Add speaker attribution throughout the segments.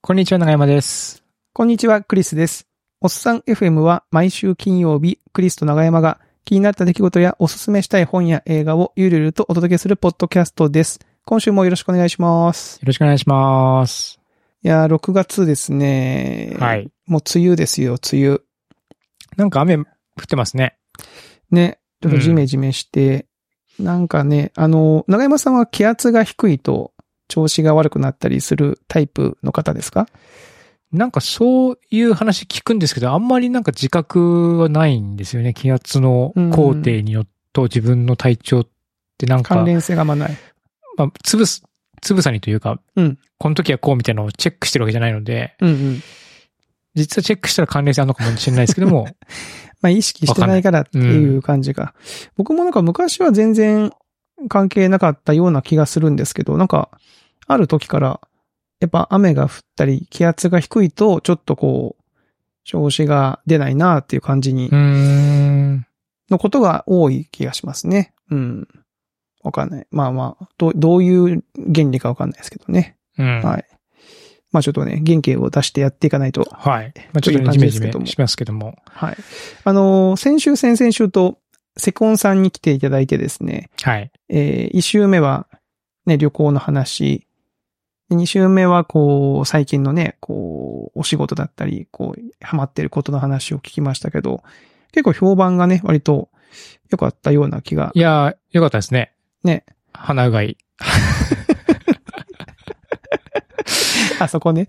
Speaker 1: こんにちは、長山です。
Speaker 2: こんにちは、クリスです。おっさん FM は毎週金曜日、クリスと長山が気になった出来事やおすすめしたい本や映画をゆるゆるとお届けするポッドキャストです。今週もよろしくお願いします。
Speaker 1: よろしくお願いします。
Speaker 2: いやー、6月ですね。
Speaker 1: はい。
Speaker 2: もう梅雨ですよ、梅雨。
Speaker 1: なんか雨降ってますね。
Speaker 2: ね、ちょっとジメジメして、なんかね、あの、長山さんは気圧が低いと調子が悪くなったりするタイプの方ですか
Speaker 1: なんかそういう話聞くんですけど、あんまりなんか自覚はないんですよね。気圧の工程によっと自分の体調ってなんか、
Speaker 2: 関連性があんまない。
Speaker 1: まあ、つぶす、つぶさにというか、
Speaker 2: うん
Speaker 1: この時はこうみたいなのをチェックしてるわけじゃないので、
Speaker 2: うんうん。
Speaker 1: 実はチェックしたら関連性あるのかもしれないですけど も、
Speaker 2: まあ意識してないからっていう感じが。僕もなんか昔は全然関係なかったような気がするんですけど、なんか、ある時から、やっぱ雨が降ったり、気圧が低いと、ちょっとこう、調子が出ないなっていう感じに
Speaker 1: うー、ん。
Speaker 2: のことが多い気がしますね。うん。わかんない。まあまあ、どうどういう原理かわかんないですけどね。
Speaker 1: うん。
Speaker 2: はい。まあちょっとね、原型を出してやっていかないと
Speaker 1: はい。まあちょっ
Speaker 2: とい
Speaker 1: と
Speaker 2: う
Speaker 1: ね
Speaker 2: 感
Speaker 1: ジ
Speaker 2: じ
Speaker 1: メ
Speaker 2: で
Speaker 1: ジ
Speaker 2: すけ
Speaker 1: メ
Speaker 2: ども
Speaker 1: しますけども。
Speaker 2: はい。あのー先週、先々週と、セコンさんに来ていただいてですね、
Speaker 1: はい。
Speaker 2: えー、1週目は、ね、旅行の話、2週目は、こう、最近のね、こう、お仕事だったり、こう、ハマってることの話を聞きましたけど、結構評判がね、割と良かったような気が
Speaker 1: い。やー、よかったですね。
Speaker 2: ね。
Speaker 1: 鼻うがい。
Speaker 2: あそこね。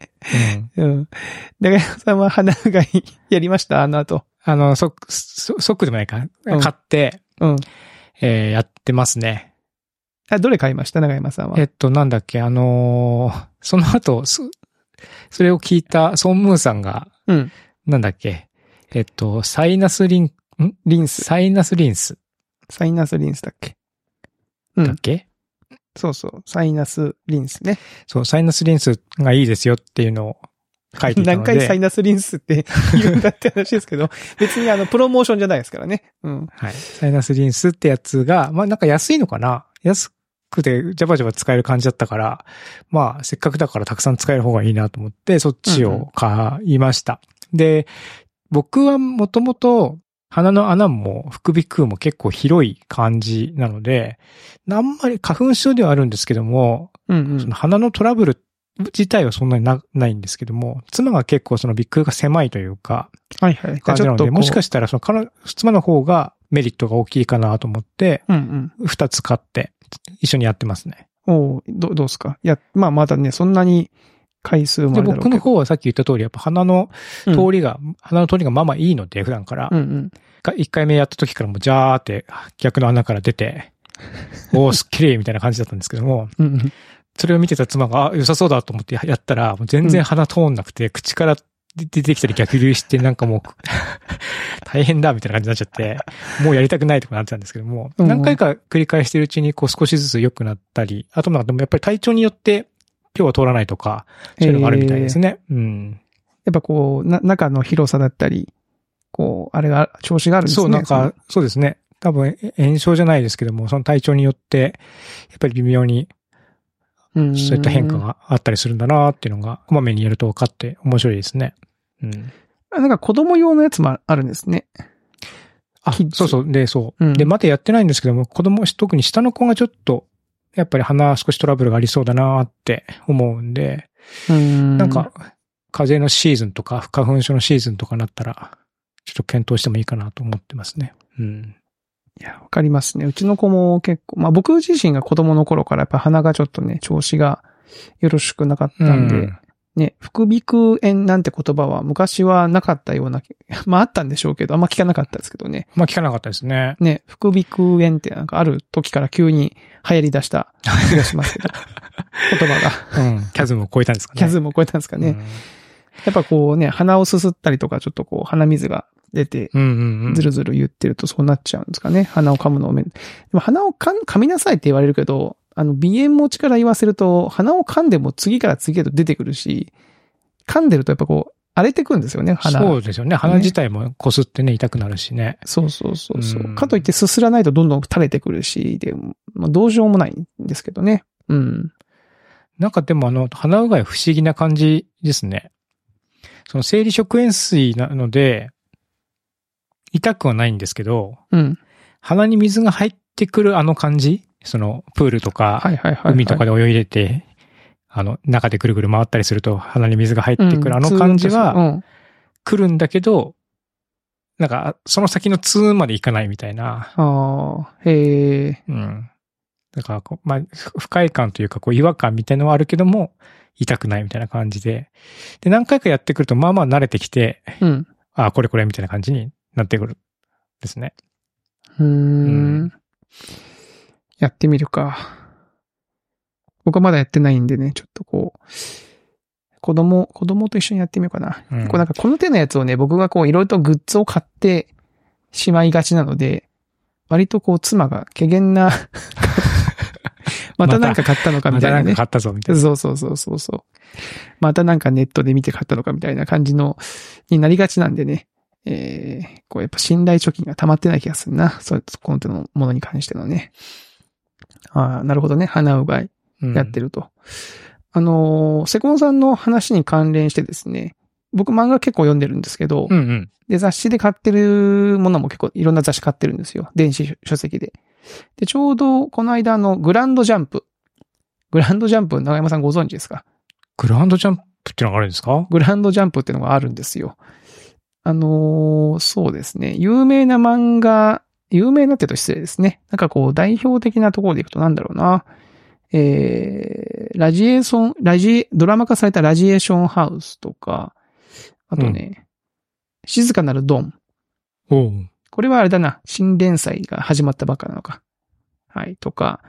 Speaker 1: うん。
Speaker 2: うん。長山さんは鼻うがいやりましたあの後。
Speaker 1: あの、そ、そ、そっくでもないか。
Speaker 2: うん
Speaker 1: 買って、
Speaker 2: うん。
Speaker 1: えーやってますね。
Speaker 2: あ、どれ買いました長山さんは
Speaker 1: え。っと、なんだっけ、あのーその後、そ、それを聞いたソンムーさんが、
Speaker 2: うん。
Speaker 1: なんだっけ、えっと、サイナスリン、
Speaker 2: リンス。
Speaker 1: サイナスリンス
Speaker 2: サイナスリンスだっけ
Speaker 1: だっけ、
Speaker 2: そうそう。サイナスリンスね。
Speaker 1: そう、サイナスリンスがいいですよっていうのを書いていたの
Speaker 2: 何
Speaker 1: で。
Speaker 2: 回サイナスリンスって 言うんだって話ですけど、別にあの、プロモーションじゃないですからね。うん。
Speaker 1: はい。サイナスリンスってやつが、まあなんか安いのかな安くてジャバジャバ使える感じだったから、まあせっかくだからたくさん使える方がいいなと思って、そっち
Speaker 2: うんうん
Speaker 1: を買いました。で、僕はもともと鼻の穴も副鼻腔も結構広い感じなので、あんまり花粉症ではあるんですけども、
Speaker 2: うん
Speaker 1: その鼻のトラブル自体はそんなになないんですけども、妻が結構その鼻腔が狭いというか、
Speaker 2: はいはい。
Speaker 1: 感じなので、もしか
Speaker 2: し
Speaker 1: したらその彼女、妻の方がメリットが大きいかなと思って、
Speaker 2: うんうん。
Speaker 1: 二つ買って、一緒にやってますね。
Speaker 2: おうどどうすかいや、まあまだね、そんなに回数もあ
Speaker 1: で、
Speaker 2: れだろう
Speaker 1: 僕
Speaker 2: けど
Speaker 1: の方はさっき言った通り、やっぱ鼻の
Speaker 2: うん
Speaker 1: 通りが、鼻の通りがまあまあいいので、普段から
Speaker 2: う。んうん。
Speaker 1: が一、回目やった時からもうジャーって逆の穴から出 て、おー、すっきりみたいな感じだったんですけども、
Speaker 2: うんうん。
Speaker 1: それを見てた妻が、あ、良さそうだと思ってややったら、もう全然鼻通んなくて、口から出てきたり逆流して、なんかもう、 大変だみたいな感じになっちゃって、もうやりたくないとかなってたんですけども、
Speaker 2: うん
Speaker 1: 何回か繰り返してるうちに、こう少しずつ良くなったり、あとなんかでもやっぱり体調によって、今日は通らないとか、そういうのがあるみたいです
Speaker 2: えー
Speaker 1: ね。うん。
Speaker 2: やっぱこう、な、中の広さだったり、こう、あれが、調子があるんですね。
Speaker 1: そう、なんか、そうですね。多分、え炎症じゃないですけども、その体調によって、やっぱり微妙に
Speaker 2: その、
Speaker 1: そういった変化
Speaker 2: ん
Speaker 1: があったりするんだなっていうのが、こまめにやると分かって面白いですね。うん。
Speaker 2: あなんか子供用のやつもあるんですね。
Speaker 1: あ、
Speaker 2: キッズ
Speaker 1: そうそう。で、そう。
Speaker 2: うん
Speaker 1: で、まだやってないんですけども、子供、特に下の子がちょっと、やっぱり鼻少しトラブルがありそうだなって思うんで、
Speaker 2: うん。
Speaker 1: なんか、風邪のシーズンとか、花粉症のシーズンとかなったら、ちょっと検討してもいいかなと思ってますね。うん。
Speaker 2: いや、わかりますね。うちの子も結構、まあ僕自身が子供の頃からやっぱ鼻がちょっとね、調子がよろしくなかったんで、ね、副鼻腔炎なんて言葉は昔はなかったような、 まああったんでしょうけど、あんま聞かなかったですけどね。
Speaker 1: まあ聞かなかったですね。
Speaker 2: ね、副鼻腔炎ってなんかある時から急に流行り出した気がします けど、言葉が、
Speaker 1: うん。キャズムを超えたんですかね。
Speaker 2: キャズムを超えたんですかね。やっぱこうね、鼻をすすったりとか、ちょっとこう鼻水が出て、
Speaker 1: うん。うんうんうん。
Speaker 2: ずるずる言ってるとそうなっちゃうんですかね。鼻を噛むのをめん。でも鼻を噛ん噛みなさいって言われるけど、あの、鼻炎持ちから言わせると、鼻を噛んでも次から次へと出てくるし、噛んでるとやっぱこう、荒れてくんですよね、鼻。
Speaker 1: そうですよね。鼻自体もこすってね、痛くなるしね。
Speaker 2: そうそうそうそう
Speaker 1: うん
Speaker 2: かといってすすらないとどんどん垂れてくるし、で、まあ、どうしようもないんですけどね。うん。
Speaker 1: なんかでもあの、鼻うがい不思議な感じですね。その生理食塩水なので、痛くはないんですけど、
Speaker 2: うん。
Speaker 1: 鼻に水が入ってくるあの感じその、プールとか、
Speaker 2: はいはいはい、はい。
Speaker 1: 海とかで泳いでて、あの、中でくるくる回ったりすると鼻に水が入って
Speaker 2: うん、
Speaker 1: くる、あの感じ
Speaker 2: う
Speaker 1: は
Speaker 2: ん。
Speaker 1: 来るんだけど、なんか、その先の2までいかないみたいな。
Speaker 2: ああ、へえ。
Speaker 1: うん。だからこう、まあ、ふ不快感というか、こう、違和感みたいのはあるけども、痛くないみたいな感じで。で、何回かやってくると、まあまあ慣れてきて、
Speaker 2: うん。
Speaker 1: ああ、これこれみたいな感じになってくる。ですね。
Speaker 2: うー。
Speaker 1: うん
Speaker 2: やってみるか。僕はまだやってないんでね、ちょっとこう、子供、子供と一緒にやってみようかな。
Speaker 1: うん
Speaker 2: こうなんかこの手のやつをね、僕がこういろいろとグッズを買ってしまいがちなので、割とこう妻が怪 減な、またなんか買ったのか
Speaker 1: ま
Speaker 2: みた
Speaker 1: た
Speaker 2: い
Speaker 1: な
Speaker 2: なん
Speaker 1: か
Speaker 2: ね。
Speaker 1: 買ったぞ、みたいな。
Speaker 2: そうそうそうそうそう。またなんかネットで見て買ったのかみたいな感じの、になりがちなんでね。えー、こうやっぱ信頼貯金が溜まってない気がするな。そう、この手のものに関してのね。ああ、なるほどね。鼻うがいやって
Speaker 1: る。
Speaker 2: ると。あのーセコンさんの話に関連してですね、僕漫画結構読んでるんですけど、
Speaker 1: うんうん。
Speaker 2: で、雑誌で買ってるものも結構いろんな雑誌買ってるんですよ。電子書籍で。で、ちょうどこの間あのグランドジャンプ。グランドジャンプ、長山さんご存知ですか
Speaker 1: グランドジャンプってのがあるんですか
Speaker 2: グランドジャンプっていうのがあるんですよ。あのーそうですね。有名な漫画、有名なって言うと失礼ですね。なんかこう、代表的なところでいくとなんだろうな。えー、ラジエーション、ラジ、ドラマ化されたラジエーションハウスとか、あとね、静かなるドン。
Speaker 1: おう。
Speaker 2: これはあれだな、新連載が始まったばっかなのか。はい、とか、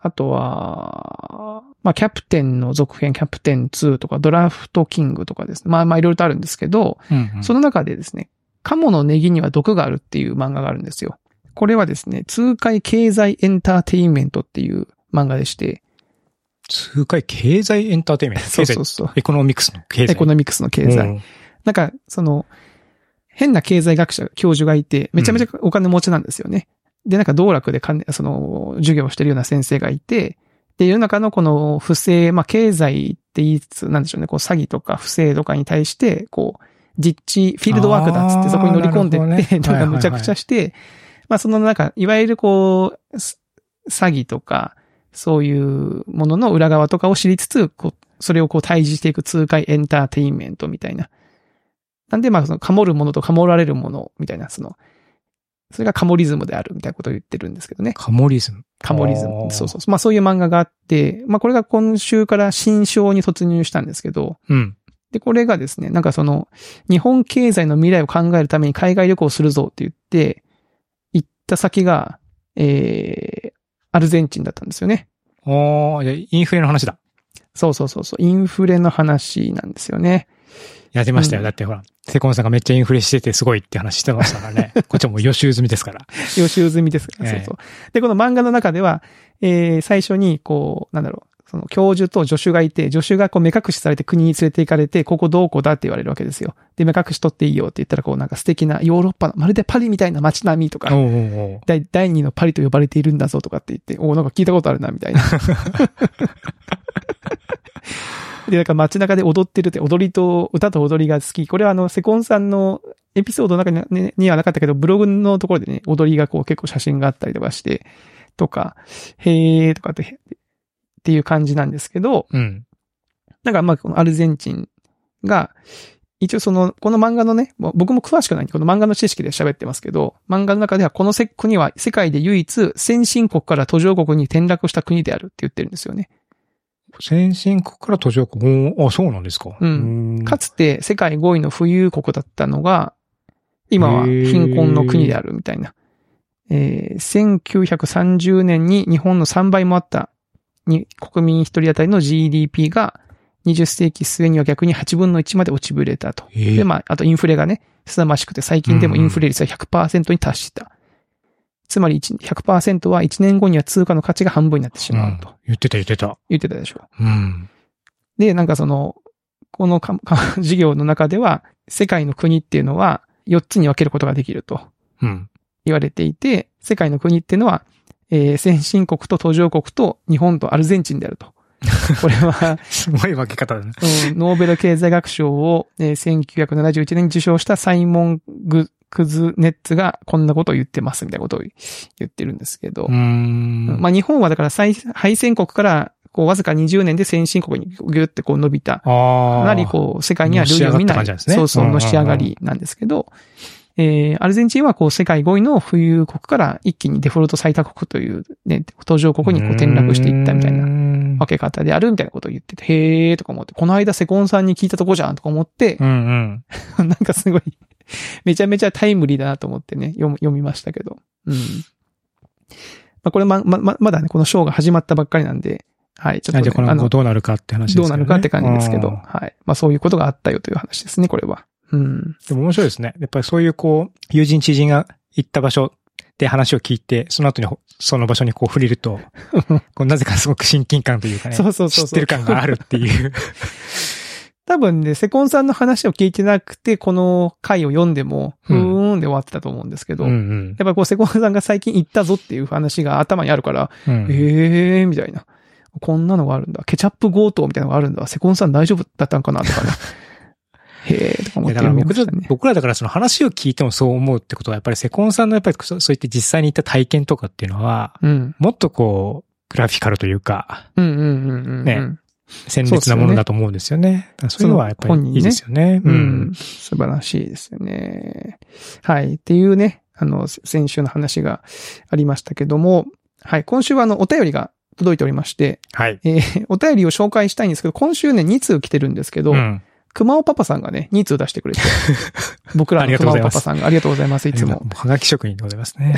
Speaker 2: あとは、まあ、キャプテンの続編、キャプテン2とか、ドラフトキングとかですね。まあまあいろいろとあるんですけど、
Speaker 1: うん、うん。
Speaker 2: その中でですね、カモのネギには毒があるっていう漫画があるんですよ。これはですね、痛快経済エンターテインメントっていう漫画でして、
Speaker 1: 痛快経済エンターテインメント。
Speaker 2: そ
Speaker 1: 経
Speaker 2: う
Speaker 1: 済
Speaker 2: そうそう。
Speaker 1: エコノミクスの経済。
Speaker 2: エコノミクスの経済。
Speaker 1: うん
Speaker 2: なんか、その、変な経済学者、教授がいて、めちゃめちゃお金持ちなんですよね。で、なんか道楽でかん、その、授業をしてるような先生がいて、で、世の中のこの不正、まあ、経済って言いつつ、なんでしょうね、こう、詐欺とか不正とかに対して、こう、実地、フィールドワークだっつっ
Speaker 1: あ
Speaker 2: て
Speaker 1: ー
Speaker 2: そこに乗り込んで
Speaker 1: なる
Speaker 2: っ
Speaker 1: ほ
Speaker 2: て、
Speaker 1: どね
Speaker 2: なんかむちゃくちゃして、まあ、そのなんか、いわゆるこう、す詐欺とか、そういうものの裏側とかを知りつつ、こう、それをこう対峙していく痛快エンターテインメントみたいな。なんで、まあ、その、かもるものとかもられるものみたいな、その、それがカモリズムであるみたいなことを言ってるんですけどね。
Speaker 1: カモリズム。
Speaker 2: カモリズ
Speaker 1: あー
Speaker 2: ム。そうそうそう。まあ、そういう漫画があって、まあ、これが今週から新章に突入したんですけど、
Speaker 1: うん。
Speaker 2: で、これがですね、なんかその、日本経済の未来を考えるために海外旅行をするぞって言って、行った先が、えー、アルゼンチンだったんですよね。
Speaker 1: おーいやインフレの話だ。
Speaker 2: そうそうそうそう。インフレの話なんです よね。
Speaker 1: やってましたよ。
Speaker 2: うん
Speaker 1: だってほら、セコンさんがめっちゃインフレしててすごいって話してましたから ね。こっちはもう予習済みですから。
Speaker 2: 予習済みですから、
Speaker 1: え
Speaker 2: そ
Speaker 1: え
Speaker 2: うそう。で、この漫画の中では、えー、最初に、こう、なんだろう、その教授と助手がいて、助手がこう目隠しされて国に連れて行かれて、ここどうこうだって言われるわけですよ。で、目隠し取っていいよって言ったら、こうなんか素敵なヨーロッパの、まるでパリみたいな街並みとか、
Speaker 1: おうおうおう
Speaker 2: 第第二のパリと呼ばれているんだぞとかって言って、おお、なんか聞いたことあるな、みたいな。 で、なんか街中で踊ってるって、踊りと、歌と踊りが好き。これはあの、セコンさんのエピソードの中に,、ね、にはなかったけど、ブログのところでね、踊りがこう結構写真があったりとかして、とか、へーとかって、っていう感じなんですけど、
Speaker 1: うん。
Speaker 2: なんかまあ、このアルゼンチンが、一応その、この漫画のね、もう僕も詳しくないんで、この漫画の知識で喋ってますけど、漫画の中ではこの国は世界で唯一先進国から途上国に転落した国であるって言ってるんですよね。
Speaker 1: 先進国から途上国。おーあ、そうなんですか。
Speaker 2: うん
Speaker 1: うーん
Speaker 2: かつて世界5位の富裕国だったのが、今は貧困の国であるみたいな。えー、1930年に日本の3倍もあったに国民一人当たりの GDP が20世紀末には逆に8分の1まで落ちぶれたと。
Speaker 1: えー
Speaker 2: で、まあ、あとインフレがね、すさましくて最近でもインフレ率は100%に達した。つまり1 100%は1年後には通貨の価値が半分になってしまう
Speaker 1: う
Speaker 2: と
Speaker 1: ん言ってた言ってた。
Speaker 2: 言ってたでしょ。
Speaker 1: うん。
Speaker 2: で、なんかその、このか か授業の中では、世界の国っていうのは4つに分けることができると
Speaker 1: うん。
Speaker 2: 言われていて、世界の国っていうのは、えー先進国と途上国と日本とアルゼンチンであると。これは、
Speaker 1: すごい分け方だな。
Speaker 2: うんノーベル経済学賞を、えー1971年に受賞したサイモン・グクズネッツがこんなことを言ってますみたいなことを言ってるんですけど。
Speaker 1: うーん。
Speaker 2: まあ日本はだから最敗戦国からこうわずか20年で先進国にギュってこう伸びた、
Speaker 1: あ
Speaker 2: か
Speaker 1: あ。
Speaker 2: なりこう世界には類を見な
Speaker 1: のし上がった感
Speaker 2: い、
Speaker 1: じなんですね
Speaker 2: そうそう
Speaker 1: うんうんう
Speaker 2: の
Speaker 1: ん
Speaker 2: し上がりなんですけど、えー、アルゼンチンはこう世界5位の富裕国から一気にデフォルト最多国というね、途上国にこう転落していったみたいな
Speaker 1: な
Speaker 2: 分け方であるみたいなことを言ってて、へーとか思って、この間セコンさんに聞いたとこじゃんとか思って
Speaker 1: う、んうん。
Speaker 2: なんかすごい、めちゃめちゃタイムリーだなと思ってね、読む読みましたけど。うん。まあ、これま、ま、ままだね、このショーが始まったばっかりなんで、はい、ちょっとね、
Speaker 1: じゃあこ
Speaker 2: あ
Speaker 1: の
Speaker 2: の
Speaker 1: 後どうなるかって話ですけ
Speaker 2: どう
Speaker 1: どね
Speaker 2: なるかって感じですけど、
Speaker 1: うん
Speaker 2: はい。まあそういうことがあったよという話ですね、これは。うん。
Speaker 1: でも面白いですね。やっぱりそういうこう、友人知人が行った場所で話を聞いて、その後にほその場所にこう触れる と、こうなぜかすごく親近感というかね。
Speaker 2: そうそうそうそう
Speaker 1: 知ってる感があるっていう。
Speaker 2: 多分ね、セコンさんの話を聞いてなくて、この回を読んでも、ふ
Speaker 1: う
Speaker 2: ー
Speaker 1: ん
Speaker 2: んで終わってたと思うんですけど、
Speaker 1: うんう
Speaker 2: やっ
Speaker 1: ん
Speaker 2: ぱりこう、セコンさんが最近行ったぞっていう話が頭にあるから、
Speaker 1: うん。
Speaker 2: えー、みたいな。こんなのがあるんだ。ケチャップ強盗みたいなのがあるんだ。セコンさん大丈夫だったんかなと かね。へーとか思
Speaker 1: い
Speaker 2: っ
Speaker 1: や
Speaker 2: て
Speaker 1: だから僕ら
Speaker 2: 読みましたね。
Speaker 1: 僕らだからその話を聞いてもそう思うってことは、やっぱりセコンさんのやっぱりそそういって実際に行った体験とかっていうのは、
Speaker 2: うん。
Speaker 1: もっとこう、グラフィカルというか、
Speaker 2: うんうんうんうんうん。
Speaker 1: ね鮮烈なものだと思うんですよね。だからそういうのはやっぱりいいですよね。
Speaker 2: う
Speaker 1: うんん。
Speaker 2: 素晴らしいですよね。はい。っていうね、あの、せ先週の話がありましたけども、はい。今週はあの、お便りが届いておりまして、
Speaker 1: はい。
Speaker 2: えーお便りを紹介したいんですけど、今週ね、2通来てるんですけど、
Speaker 1: うん。
Speaker 2: 熊尾パパさんがね、2通出してくれて、僕ら
Speaker 1: あり
Speaker 2: の
Speaker 1: がとう
Speaker 2: 熊
Speaker 1: ござい
Speaker 2: 尾パ
Speaker 1: ま
Speaker 2: パ
Speaker 1: す
Speaker 2: さんがありがとうございます、いつも。
Speaker 1: はがき職人でございますね。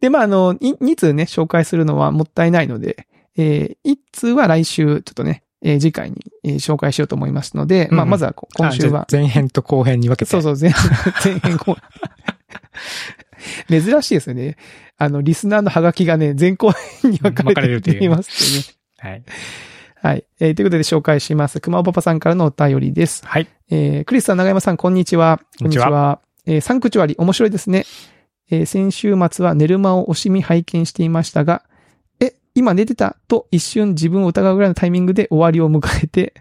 Speaker 2: で、まあ、あの、2通ね、紹介するのはもったいないので、え1通は来週、ちょっとね、えー次回に、えー紹介しようと思いますので、まあ、
Speaker 1: うん
Speaker 2: まずはこ今週
Speaker 1: あじゃ
Speaker 2: は
Speaker 1: あ前編と後編に分けて。
Speaker 2: そうそう、 前編、前編後編。珍しいですよね。あの、リスナーのハガキがね、前後編に分かれ
Speaker 1: 分かれるってていう
Speaker 2: いますってね。
Speaker 1: はい。
Speaker 2: はい。えーということで紹介します。熊尾パパさんからのお便りです。
Speaker 1: はい。
Speaker 2: えークリスさん、長山さん、こんにちは。
Speaker 1: こんにちは
Speaker 2: えーサンクチュアリ、面白いですね。えー先週末は寝る間を惜しみ拝見していましたが、え、今寝てたと一瞬自分を疑うぐらいのタイミングで終わりを迎えて、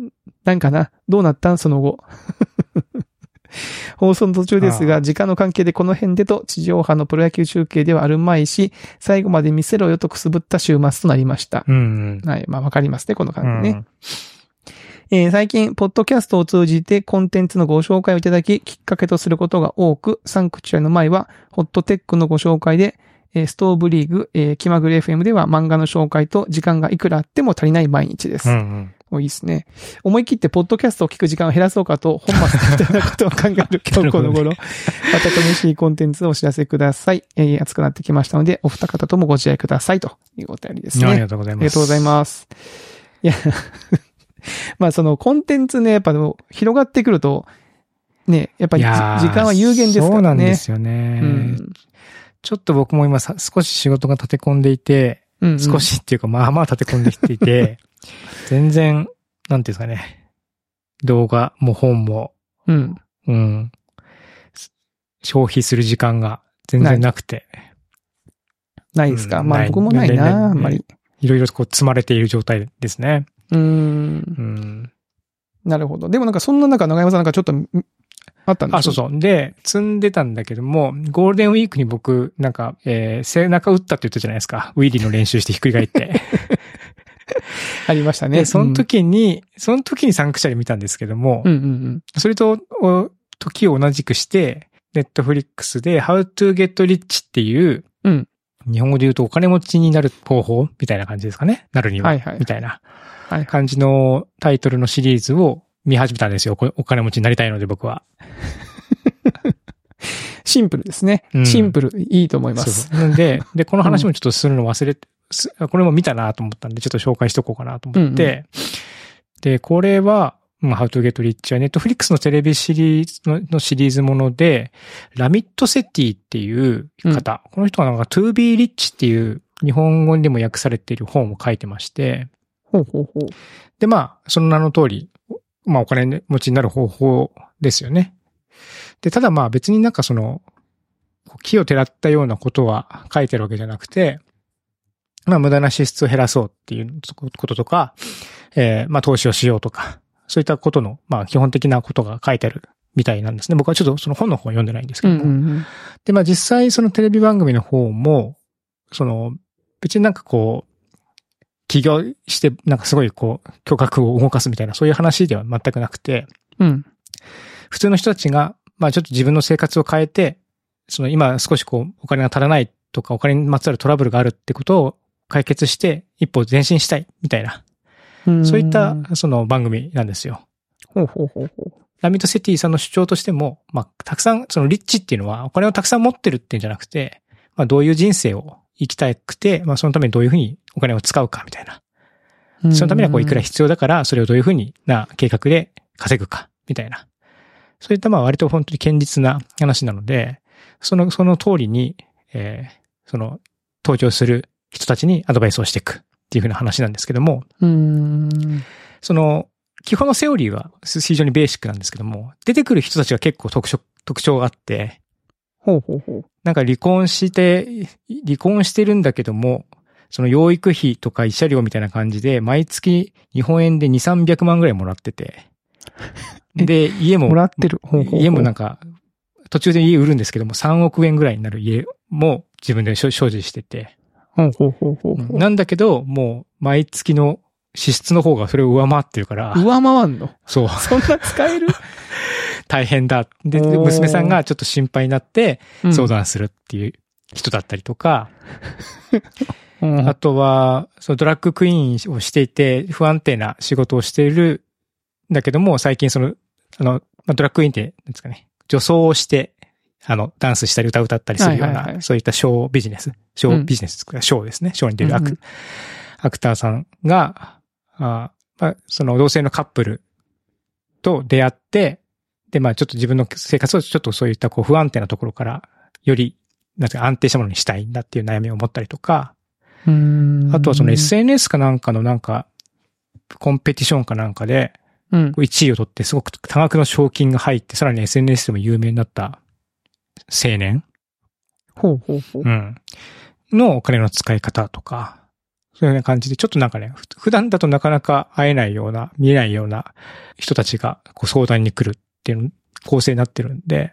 Speaker 2: んなんかなどうなったんその後。 放送の途中です
Speaker 1: あ
Speaker 2: が、時間の関係でこの辺でと地上波のプロ野球中継ではあるまいし、最後まで見せろよとくすぶった週末となりました。
Speaker 1: うん
Speaker 2: はい。まあ、わかりますね、この
Speaker 1: う
Speaker 2: 感
Speaker 1: ん。
Speaker 2: じね。えー最近、ポッドキャストを通じてコンテンツのご紹介をいただき、きっかけとすることが多く、サンクチュアリの前は、ホットテックのご紹介で、えーストーブリーグ、えー気まぐれ FM では漫画の紹介と時間がいくらあっても足りない毎日です。
Speaker 1: うんうん。
Speaker 2: もういいですね。思い切ってポッドキャストを聞く時間を減らそうかと、本末みたいなことを考える今日この頃、温めしいコンテンツをお知らせください。えー、暑くなってきましたので、お二方ともご自愛くださいというお便りですね。
Speaker 1: ありがとうござい
Speaker 2: あ
Speaker 1: ます。
Speaker 2: りがとうございます。いや、 まあそのコンテンツね、やっぱでも広がってくると、ね、やっぱり
Speaker 1: い
Speaker 2: じ
Speaker 1: やー
Speaker 2: 時間は有限ですからね。
Speaker 1: そうなんですよね。
Speaker 2: うん
Speaker 1: ちょっと僕も今さ少し仕事が立て込んでいて、
Speaker 2: うんうん
Speaker 1: 少。しっていうかまあまあ立て込んできていて、 全然、なんていうんですかね、動画も本も、
Speaker 2: うん。
Speaker 1: うん、す消費する時間が全然なくて、
Speaker 2: ないですか。
Speaker 1: うん
Speaker 2: ま
Speaker 1: な
Speaker 2: あ
Speaker 1: い
Speaker 2: 僕もない
Speaker 1: ないない
Speaker 2: な、あんまり。
Speaker 1: いろいろこう積まれている状態ですね。
Speaker 2: うん。
Speaker 1: うん。
Speaker 2: なるほど。でもなんかそんな中、長山さんなんかちょっと、んあったんです
Speaker 1: あ、そうそう。で、積んでたんだけども、ゴールデンウィークに僕、なんか、えー背中打ったって言ったじゃないですか。ウィリーの練習してひっくり返 って。
Speaker 2: ありましたね。
Speaker 1: で、その時に、その時にサンクチャリ見たんですけども、
Speaker 2: うん。うんうん
Speaker 1: それと、お時を同じくして、ネットフリックスで How to Get Rich っていう、
Speaker 2: うん
Speaker 1: 日本語で言うとお金持ちになる方法みたいな感じですかね。なるには。
Speaker 2: はいはい
Speaker 1: みたいな
Speaker 2: はい
Speaker 1: 感じのタイトルのシリーズを見始めたんですよ。これお金持ちになりたいので僕は。
Speaker 2: うん。シンプルですね
Speaker 1: う。ん
Speaker 2: シンプル、いいと思います。
Speaker 1: そうそうなんで、で、この話もちょっとするの忘れて、すこれも見たなと思ったんで、ちょっと紹介しとこうかなと思って、
Speaker 2: うん
Speaker 1: で、これは、まあ、How to Get Rich は Netflix のテレビシリーズののシリーズもので、ラミットセティっていう方、この人がなんか To Be Rich っていう日本語にでも訳されている本を書いてまして、
Speaker 2: ほうほうほう。
Speaker 1: で、まあ、その名の通り、まあ、お金持ちになる方法ですよね。で、ただまあ、別になんかその、こう木をてらったようなことは書いてるわけじゃなくて、まあ、無駄な支出を減らそうっていうこととか、えー、まあ、投資をしようとか、そういったことの、まあ、基本的なことが書いてあるみたいなんですね。僕はちょっとその本の方は読んでないんですけども。で、まあ、実際そのテレビ番組の方も、その、別になんかこう、起業して、なんかすごいこう、巨額を動かすみたいな、そういう話では全くなくて、
Speaker 2: うん。
Speaker 1: 普通の人たちが、まあちょっと自分の生活を変えて、その今少しこう、お金が足らないとか、お金にまつわるトラブルがあるってことを解決して、一歩前進したい、みたいな、
Speaker 2: うん。
Speaker 1: そういった、その番組なんですよ。
Speaker 2: ほうほうほうほ
Speaker 1: ラミットセティさんの主張としても、まあ、たくさん、そのリッチっていうのは、お金をたくさん持ってるっていうんじゃなくて、まあ、どういう人生を生きたくて、まあ、そのためにどういうふうにお金を使うか、みたいな。
Speaker 2: う。
Speaker 1: そのためにはこういくら必要だから、それをどういうふうにな計画で稼ぐか、みたいな。そういったまあ割と本当に堅実な話なので、その、その通りに、えーその、登場する人たちにアドバイスをしていくっていうふうな話なんですけども、
Speaker 2: うん。
Speaker 1: その、基本のセオリーはす非常にベーシックなんですけども、出てくる人たちが結構特色、特徴があって、
Speaker 2: ほうほうほう。
Speaker 1: なんか離婚して、離婚してるんだけども、その養育費とか慰謝料みたいな感じで、毎月日本円で2、300万ぐらいもらって て。で、家も、
Speaker 2: もらってる。ほうほうほう
Speaker 1: 家もなんか、途中で家売るんですけども、3億円ぐらいになる家も自分で所所持してて。
Speaker 2: ほうほうほうほうほう。
Speaker 1: なんだけど、もう毎月の支出の方がそれを上回ってるから、
Speaker 2: 上回んの
Speaker 1: そう、
Speaker 2: そんな使 える
Speaker 1: 大変だ。で、
Speaker 2: おー
Speaker 1: 娘さんがちょっと心配になって相談するっていう人だったりとか、
Speaker 2: うん。
Speaker 1: あとは、そのドラッグクイーンをしていて、不安定な仕事をしている、んだけども、最近その、あの、まあ、ドラッグクイーンって、なんですかね、女装をして、あの、ダンスしたり歌を歌ったりするような、
Speaker 2: はいはいはい
Speaker 1: そういったショービジネス、ショービジネス、ショーですね、ショーに出るアク,、
Speaker 2: うんうん
Speaker 1: アクターさんが、あまあ、その同性のカップルと出会って、で、まあちょっと自分の生活をちょっとそういったこう不安定なところから、より、なんていうか安定したものにしたいんだっていう悩みを持ったりとか、
Speaker 2: うん
Speaker 1: あとはその SNS かなんかのなんか、コンペティションかなんかで、
Speaker 2: うん。
Speaker 1: 1位を取ってすごく多額の賞金が入って、さらに SNS でも有名になった青年
Speaker 2: ほうほうほう
Speaker 1: う。ん。のお金の使い方とか、そういうような感じで、ちょっとなんかね、ふ普段だとなかなか会えないような、見えないような人たちがこう相談に来るっていう構成になってるんで、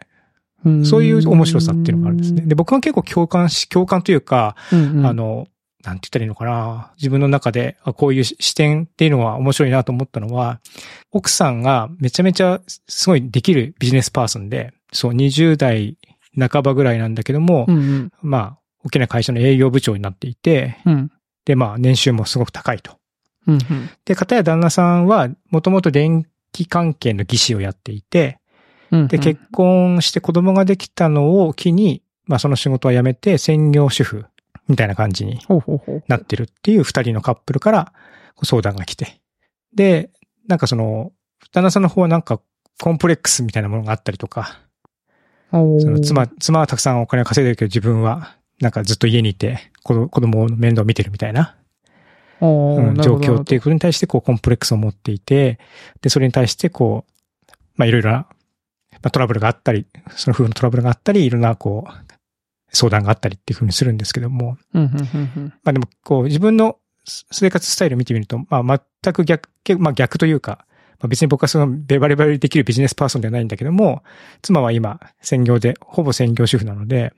Speaker 2: うん
Speaker 1: そういう面白さっていうのがあるんですね。。で、僕は結構共感し、共感というか、
Speaker 2: うんうん
Speaker 1: あ、の、なんて言ったらいいのかな。自分の中で、あこういうし視点っていうのは面白いなと思ったのは、奥さんがめちゃめちゃすごいできるビジネスパーソンで、そう、20代半ばぐらいなんだけども、
Speaker 2: うんうん。
Speaker 1: まあ、大きな会社の営業部長になっていて、
Speaker 2: うん。
Speaker 1: で、まあ、年収もすごく高いと。
Speaker 2: うん
Speaker 1: で、片や旦那さんは、もともと電気関係の技師をやっていて、
Speaker 2: うん。
Speaker 1: で、結婚して子供ができたのを機に、まあ、その仕事は辞めて専業主婦みたいな感じに
Speaker 2: 構。ほうほうほう。
Speaker 1: なってるっていう二人のカップルからこう相談が来て。で、なんかその、旦那さんの方はなんかコンプレックスみたいなものがあったりとか、
Speaker 2: おー
Speaker 1: その妻、妻はたくさんお金を稼いでるけど自分はなんかずっと家にいて子供子供の面倒を見てるみたいな、
Speaker 2: おー
Speaker 1: うん
Speaker 2: なる
Speaker 1: 状
Speaker 2: ほど
Speaker 1: 況っていうことに対してこうコンプレックスを持っていて、で、それに対してこう、まあいろいろな、まあ、トラブルがあったり、その夫婦のトラブルがあったり、いろんなこう、相談があったりっていうふうにするんですけども、
Speaker 2: うんうんうんうん
Speaker 1: まあでも、こう、自分のす生活スタイルを見てみると、まあ全く逆、結まあ逆というか、まあ別に僕はそのベバレバレできるビジネスパーソンではないんだけども、妻は今、専業で、ほぼ専業主婦なので、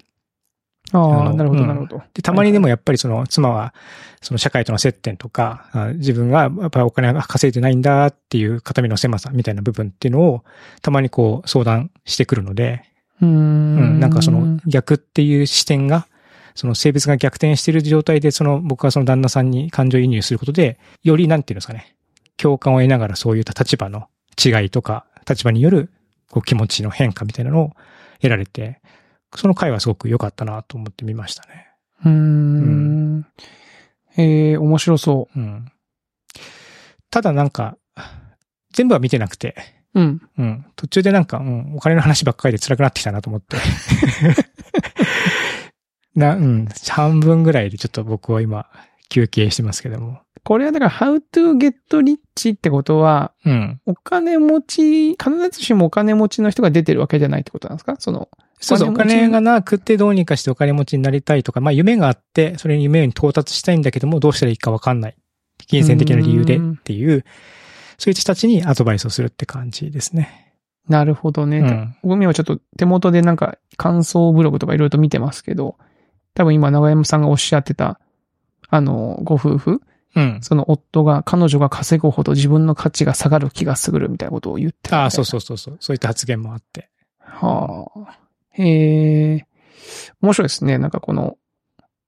Speaker 1: あ
Speaker 2: ああ、
Speaker 1: の
Speaker 2: なるほ
Speaker 1: う
Speaker 2: ど、
Speaker 1: ん
Speaker 2: なるほど。
Speaker 1: で、たまにでもやっぱりその妻は、その社会との接点とか、あ自分がやっぱりお金が稼いでないんだっていう肩身の狭さみたいな部分っていうのを、たまにこう相談してくるので、
Speaker 2: うー
Speaker 1: うん、
Speaker 2: ん。
Speaker 1: なんかその、逆っていう視点が、その性別が逆転している状態で、その僕はその旦那さんに感情移入することで、よりなんていうんですかね、共感を得ながらそういった立場の違いとか、立場によるこう気持ちの変化みたいなのを得られて、その回はすごく良かったなと思ってみましたね。
Speaker 2: うーん。ええ、面白そ
Speaker 1: うん。ただなんか、全部は見てなくて、
Speaker 2: う。うん。
Speaker 1: うん。途中でなんか、うん、お金の話ばっかりで辛くなってきたなと思って。 な、うん。半分ぐらいでちょっと僕は今、休憩してますけども。
Speaker 2: これはだから、how to get rich ってことは、
Speaker 1: うん。
Speaker 2: お金持ち、必ずしもお金持ちの人が出てるわけじゃないってことなんですかその、
Speaker 1: そうそう、お金がなくてどうにかしてお金持ちになりたいとか、まあ夢があって、それに夢に到達したいんだけども、どうしたらいいかわかんない。金銭的な理由でっていう、うそういう人たちにアドバイスをするって感じですね。
Speaker 2: なるほどね。ゴ、う、ミ、ん、はちょっと手元でなんか感想ブログとかいろいろと見てますけど、多分今長山さんがおっしゃってた、あの、ご夫婦、
Speaker 1: うん、
Speaker 2: その夫が、彼女が稼ぐほど自分の価値が下がる気がするみたいなことを言ってた
Speaker 1: ああ、そうそうそうそう。そういった発言もあって。
Speaker 2: はあ。へえ。面白いですね。なんかこの、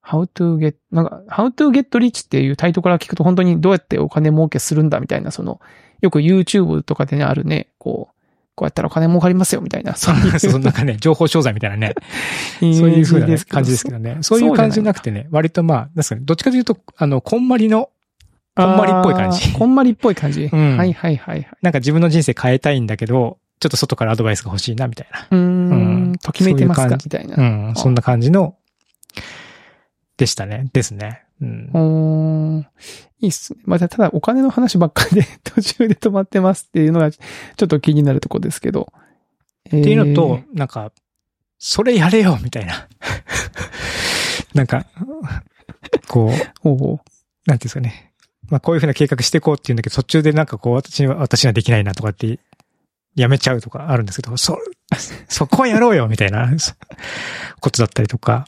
Speaker 2: how to get, なんか、how to get rich っていうタイトルから聞くと本当にどうやってお金儲けするんだみたいな、その、よく YouTube とかでね、あるね、こう、こうやったらお金儲かりますよみたい な。
Speaker 1: そういうそう、なんかね、情報商材みたいなね。そういう風な、ね、感じですけどね。そういう感じじゃなくてね、割とまあ、ですかね、どっちかというと、あの、こんまりの、こんまりっぽい感じ。
Speaker 2: こんまりっぽい感じ。
Speaker 1: うん、
Speaker 2: はいはいはい。
Speaker 1: なんか自分の人生変えたいんだけど、ちょっと外からアドバイスが欲しいな、みたいな。
Speaker 2: うん,、ん。ときめいてますかみたいな。。
Speaker 1: うん。そんな感じの、でしたね。ですね。うん
Speaker 2: んいいっすね。まあ、ただお金の話ばっかりで 途中で止まってますっていうのがちょっと気になるとこですけど。
Speaker 1: っていうのと、えー、なんか、それやれよみたいな。 なんか、こう、
Speaker 2: ほうほう
Speaker 1: なんていうんですかね。まあ、こういうふうな計画していこうっていうんだけど、途中でなんかこう、私には、私にはできないなとかってやめちゃうとかあるんですけど、そ、そこやろうよみたいな ことだったりとか。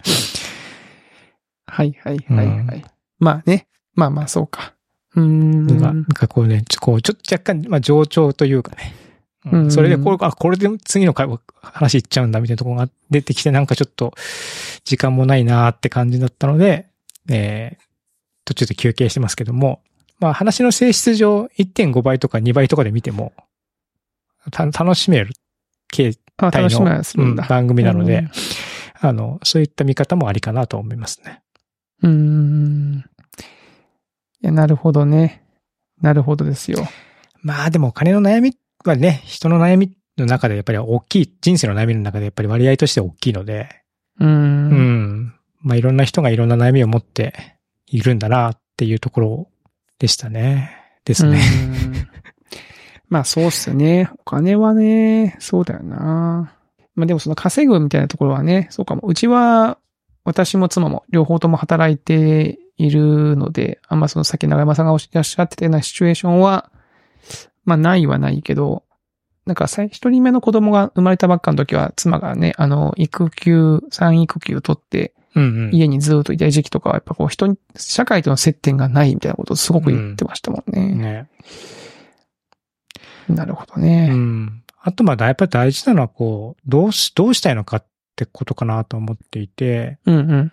Speaker 2: はいはいはいはい。うん、まあね。まあまあそうか。うん。
Speaker 1: なんかこうね、こうちょっと若干、まあ上調というかね。うん、それでこれ、あ、これで次の話いっちゃうんだみたいなところが出てきて、なんかちょっと時間もないなーって感じだったので、えー、途中で休憩してますけども、まあ話の性質上1.5倍とか2倍とかで見ても、た楽しめる形態の番組なので、あの、そういった見方もありかなと思いますね。
Speaker 2: うん。いや、なるほどね。なるほどですよ。
Speaker 1: まあでもお金の悩みはね、人の悩みの中でやっぱり大きい、人生の悩みの中でやっぱり割合として大きいので、
Speaker 2: うん。
Speaker 1: うん。まあいろんな人がいろんな悩みを持っているんだなっていうところでしたね。ですね。、
Speaker 2: まあそうっすね。お金はね、そうだよな。まあでもその稼ぐみたいなところはね、そうかも。うちは、私も妻も両方とも働いているので、あんまそのさっき長山さんがいらっしゃってたようなシチュエーションは、まあないはないけど、なんか一人目の子供が生まれたばっかの時は、妻がね、あの、育休、産育休取って、家にずっといた時期とかは、やっぱこう人に、社会との接点がないみたいなことをすごく言ってましたもんね。うん
Speaker 1: ね
Speaker 2: なるほどね。
Speaker 1: うん。あと、まだやっぱり大事なのは、こう、どうし、どうしたいのかってことかなと思っていて、
Speaker 2: うんうん。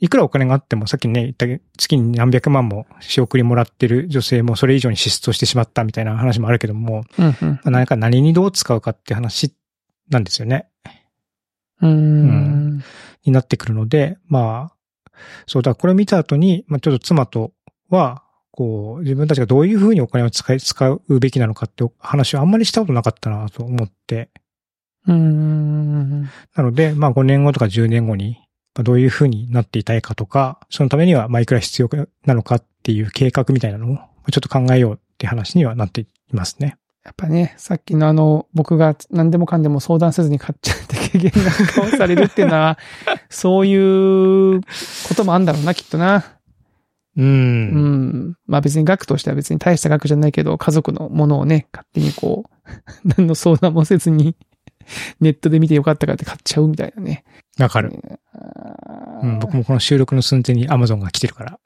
Speaker 1: いくらお金があっても、さっきね、言った月に何百万も仕送りもらってる女性もそれ以上に支出をしてしまったみたいな話もあるけども、
Speaker 2: うんうん、
Speaker 1: 何か何にどう使うかって話なんですよね。
Speaker 2: うん。
Speaker 1: になってくるので、まあ、そうだ、これ見た後に、まあちょっと妻とは、こう、自分たちがどういうふうにお金を使い、使うべきなのかって話をあんまりしたことなかったなと思って。
Speaker 2: うん。な
Speaker 1: ので、まあ5年後とか10年後に、どういうふうになっていたいかとか、そのためには、まあいくら必要なのかっていう計画みたいなのを、ちょっと考えようって話にはなっていますね。
Speaker 2: やっぱね、さっきのあの、僕が何でもかんでも相談せずに買っちゃって経験が顔されるっていうのは、そういうこともあんだろうな、きっとな。
Speaker 1: うん。
Speaker 2: うん。まあ別に額としては別に大した額じゃないけど、家族のものをね、勝手にこう、何の相談もせずに、ネットで見てよかったかって買っちゃうみたいなね。
Speaker 1: わかる、うん。僕もこの収録の寸前に Amazon が来てるから。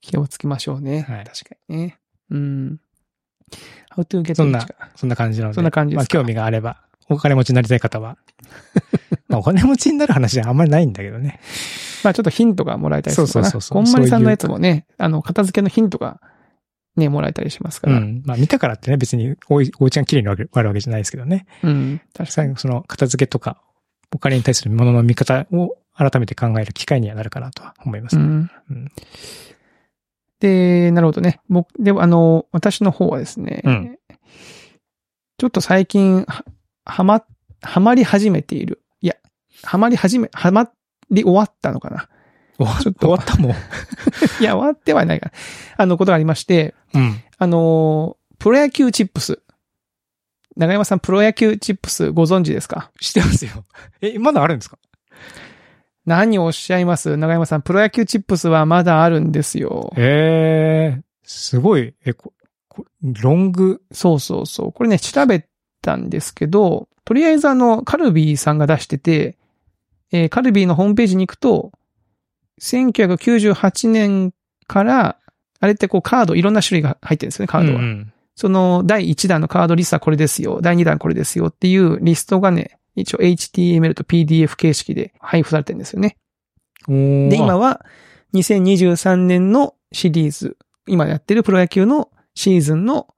Speaker 2: 気をつけましょうね。はい、確かにね。うん。How to get
Speaker 1: そんな、そんな感じなので。
Speaker 2: そんな感じです
Speaker 1: まあ興味があれば、お金持ちになりたい 方は。まあお金持ちになる話はあんまりないんだけどね。
Speaker 2: まあちょっとヒントがもらえたりする
Speaker 1: かな。そうそうそう
Speaker 2: こんまりさんのやつもね、あの、片付けのヒントがね、もらえたりしますから。
Speaker 1: うん。まあ見たからってね、別におお家が綺麗になるわけじゃないですけどね。
Speaker 2: うん。、
Speaker 1: 確かにその片付けとか、お金に対するものの見方を改めて考える機会にはなるかなとは思います、ね、うん
Speaker 2: うん、で、なるほどね。僕、でもあの、私の方はですね、
Speaker 1: うん、
Speaker 2: ちょっと最近、はま、はまり始めている。いや、はまり始め、はまり終わったのかな。
Speaker 1: 終わったもん。
Speaker 2: いや、終わってはないかあの、ことがありまして、
Speaker 1: うん、
Speaker 2: あの、プロ野球チップス。長山さん、プロ野球チップスご存知ですか
Speaker 1: 知ってますよ。え、まだあるんですか
Speaker 2: 何をおっしゃいます長山さん、プロ野球チップスはまだあるんですよ。
Speaker 1: ええすごい、え、こ、こロング、
Speaker 2: そうそうそう。これね、調べたんですけど、とりあえずあの、カルビーさんが出してて、えーカルビーのホームページに行くと、1998年から、あれってこうカード、いろんな種類が入ってるんですよね、カードは。
Speaker 1: うんうん
Speaker 2: その第1弾のカードリストはこれですよ、第2弾これですよっていうリストがね、一応 HTML と PDF 形式で配布されてるんですよね。
Speaker 1: おー
Speaker 2: で、今は2023年のシリーズ、今やってるプロ野球のシーズンの、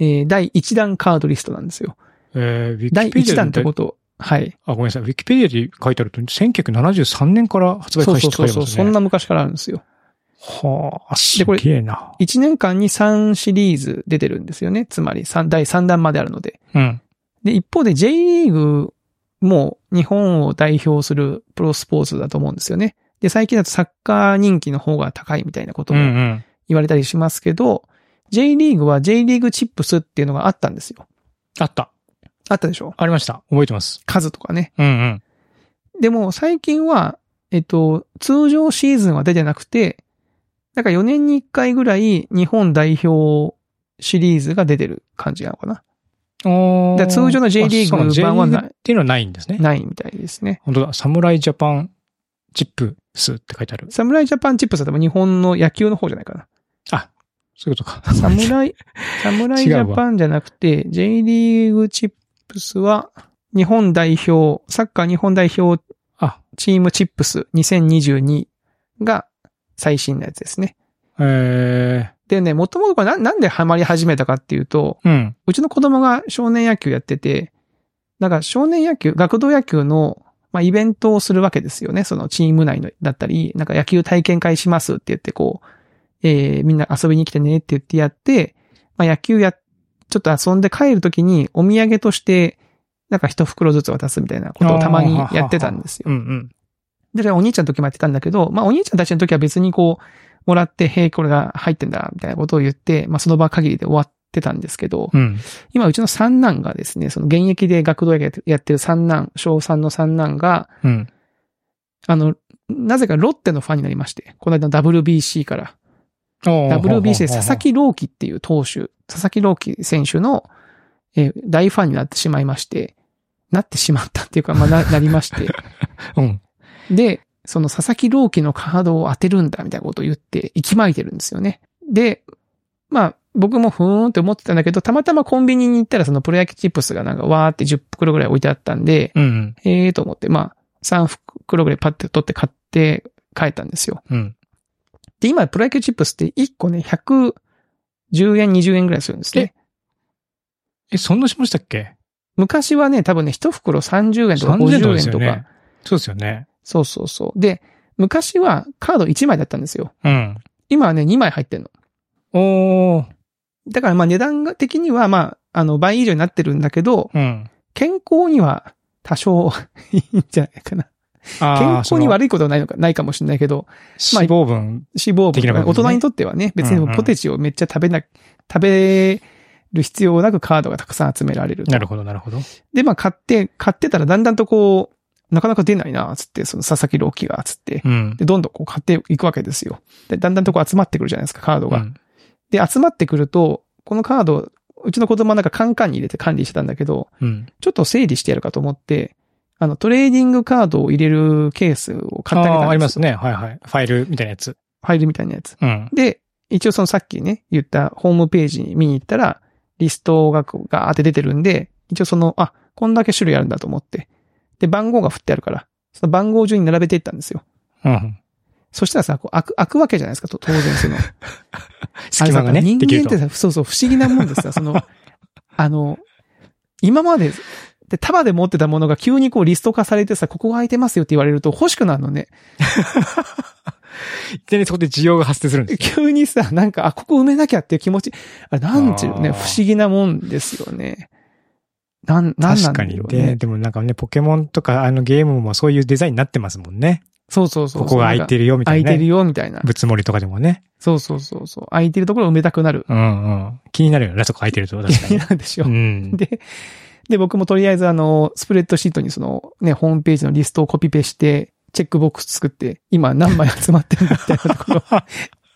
Speaker 2: えー第1弾カードリストなんですよ。
Speaker 1: えー、ウィキペディア
Speaker 2: 第1弾ってことと、はい。
Speaker 1: あ、ごめんなさい。ウィキペディアで書いてあると、1973年から発売
Speaker 2: そう
Speaker 1: 開始
Speaker 2: そ
Speaker 1: って書いう
Speaker 2: うそ
Speaker 1: て
Speaker 2: そ
Speaker 1: ま
Speaker 2: う、
Speaker 1: す
Speaker 2: そ
Speaker 1: ね。
Speaker 2: んな昔からあるんですよ。
Speaker 1: はあ、す
Speaker 2: でこれ
Speaker 1: げえな。
Speaker 2: 1年間に3シリーズ出てるんですよね。つまり三第3弾まであるので。
Speaker 1: うん。
Speaker 2: で、一方で J リーグも日本を代表するプロスポーツだと思うんですよね。で、最近だとサッカー人気の方が高いみたいなこと
Speaker 1: うんう
Speaker 2: も
Speaker 1: ん。
Speaker 2: 言われたりしますけど、J リーグは J リーグチップスっていうのがあったんですよ。
Speaker 1: あった。
Speaker 2: あったでしょ
Speaker 1: ありました。覚えてます。
Speaker 2: 数とかね。
Speaker 1: うんうん。
Speaker 2: でも最近は、えっと、通常シーズンは出てなくて、なんか4年に1回ぐらい日本代表シリーズが出てる感じなのかな
Speaker 1: おー
Speaker 2: で通常の J リーグ
Speaker 1: あそうなんだ J リ
Speaker 2: 版は
Speaker 1: ーグ
Speaker 2: ない
Speaker 1: っていうのはないんですね。
Speaker 2: ないみたいですね。
Speaker 1: 本当だ。サムライジャパンチップスって書いてある。
Speaker 2: 侍ジャパンチップスは多分日本の野球の方じゃないかな。
Speaker 1: あ、そういうことか。
Speaker 2: サムライ、サムライジャパンじゃなくて、J リーグチップスは、日本代表、サッカー日本代表
Speaker 1: あ、
Speaker 2: チームチップス2022が最新のやつですね。
Speaker 1: え
Speaker 2: でね、もともとこれななんでハマり始めたかっていうと、
Speaker 1: ー、うん。
Speaker 2: うちの子供が少年野球やってて、なんか少年野球、学童野球の、まあ、イベントをするわけですよね。そのチーム内の、だったり、なんか野球体験会しますって言って、こう、えー、みんな遊びに来てねって言ってやって、まあ、野球や、ちょっと遊んで帰るときにお土産として、なんか一袋ずつ渡すみたいなことをたまにやってたんですよ
Speaker 1: う。んうん。
Speaker 2: で、それお兄ちゃんの時もやってたんだけど、まあお兄ちゃんたちの時は別にこう、もらって、へえ、これが入ってんだ、みたいなことを言って、まあその場限りで終わってたんですけど、
Speaker 1: うん。
Speaker 2: 今うちの三男がですね、その現役で学童野球やってやってる三男、小三の三男が、
Speaker 1: うん。
Speaker 2: あの、なぜかロッテのファンになりまして、この間の WBC から、
Speaker 1: おー
Speaker 2: WBC で佐
Speaker 1: ほうほう
Speaker 2: 々。
Speaker 1: ほうほ
Speaker 2: 木朗希っていう投手、佐々木朗希選手の、えー大ファンになってしまいまして、なってしまったっていうか、まあな、なりまして、
Speaker 1: ううん。
Speaker 2: で、その佐々木朗希のカードを当てるんだみたいなことを言って、息巻いてるんですよね。で、まあ、僕もふーんって思ってたんだけど、たまたまコンビニに行ったらそのプロ野球チップスがなんかわーって10袋ぐらい置いてあったんで、
Speaker 1: うんうん。
Speaker 2: えーと思って、まあ、3袋ぐらいパッて取って買って帰ったんですよ。
Speaker 1: うん。
Speaker 2: で、今プロ野球チップスって1個ね、110円、20円ぐらいするんですね。
Speaker 1: え、そんなしましたっけ
Speaker 2: 昔はね、多分ね、1袋30円とか
Speaker 1: ?30 ドル
Speaker 2: 50
Speaker 1: です
Speaker 2: 円
Speaker 1: よ
Speaker 2: とか。
Speaker 1: ね。そうですよね。
Speaker 2: そうそうそう。で、昔はカード1枚だったんですよ。
Speaker 1: うん。
Speaker 2: 今はね、2枚入ってんの。
Speaker 1: おー。
Speaker 2: だからまあ値段が的にはまあ、あの倍以上になってるんだけど、
Speaker 1: うん。
Speaker 2: 健康には多少いいんじゃないかな。健康に
Speaker 1: は
Speaker 2: 悪いことはないのか、ないかもしれないけど、
Speaker 1: 脂肪分。
Speaker 2: 脂肪分
Speaker 1: 的
Speaker 2: と
Speaker 1: な
Speaker 2: か、
Speaker 1: 部分ね
Speaker 2: 大人にとってはね、別
Speaker 1: うんう
Speaker 2: に
Speaker 1: ん
Speaker 2: ポテチをめっちゃ食べな、食べる必要なくカードがたくさん集められると。
Speaker 1: なるほど、なるほど。
Speaker 2: で、まあ買って、買ってたらだんだんとこう、なかなか出ないな、つって、その佐々木朗希が、つって。
Speaker 1: うん。
Speaker 2: で、どんどんこう買っていくわけですよ。で、だんだんとこう集まってくるじゃないですか、カードが。
Speaker 1: うん
Speaker 2: で、集まってくると、このカード、うちの子供はなんかカンカンに入れて管理してたんだけど、
Speaker 1: うん。
Speaker 2: ちょっと整理してやるかと思って、あの、トレーディングカードを入れるケースを買ってあげ
Speaker 1: あ
Speaker 2: たんですよ
Speaker 1: ーありますね。はいはい。ファイルみたいなやつ。
Speaker 2: ファイルみたいなやつ。
Speaker 1: うん。
Speaker 2: で、一応そのさっきね、言ったホームページに見に行ったら、リストがこうガーって出てるんで、一応その、あ、こんだけ種類あるんだと思って。で、番号が振ってあるから、その番号順に並べていったんですよ。
Speaker 1: うん。
Speaker 2: そしたらさ、こう開く、開くわけじゃないですか、と当然その。
Speaker 1: 隙間がね。
Speaker 2: あのさ
Speaker 1: できる
Speaker 2: 人間
Speaker 1: と
Speaker 2: ってさ、そうそう、不思議なもん ですさ、その、あの、今まで、で、束で持ってたものが急にこうリスト化されてさ、ここが空いてますよって言われると欲しくなるのね。
Speaker 1: いきなりそこで需要が発生するんですね。
Speaker 2: 急にさ、なんか、あ、ここ埋めなきゃっていう気持ち、あなんていうのね、
Speaker 1: あー
Speaker 2: 不思議なもんですよね。なん、なんなん
Speaker 1: 確
Speaker 2: だ
Speaker 1: か
Speaker 2: ろ
Speaker 1: に
Speaker 2: う
Speaker 1: ね。
Speaker 2: ね。
Speaker 1: でもなんかね、ポケモンとかあのゲームもそういうデザインになってますもんね。
Speaker 2: そうそうそう。
Speaker 1: ここが空いて
Speaker 2: る
Speaker 1: るよみた
Speaker 2: 空
Speaker 1: い
Speaker 2: い
Speaker 1: な、ね。
Speaker 2: てるよ、みたいな。
Speaker 1: ぶつもりとかでもね。
Speaker 2: そうそうそうそう。空いてるところを埋めたくなる。
Speaker 1: うんうん。気になるよね、そこ空いてると。確か
Speaker 2: 気に
Speaker 1: に。
Speaker 2: なるでし ょ
Speaker 1: う。ん。
Speaker 2: で、で、僕もとりあえずあの、スプレッドシートにその、ね、ホームページのリストをコピペして、チェックボックス作って、今何枚集まってるみたいなところを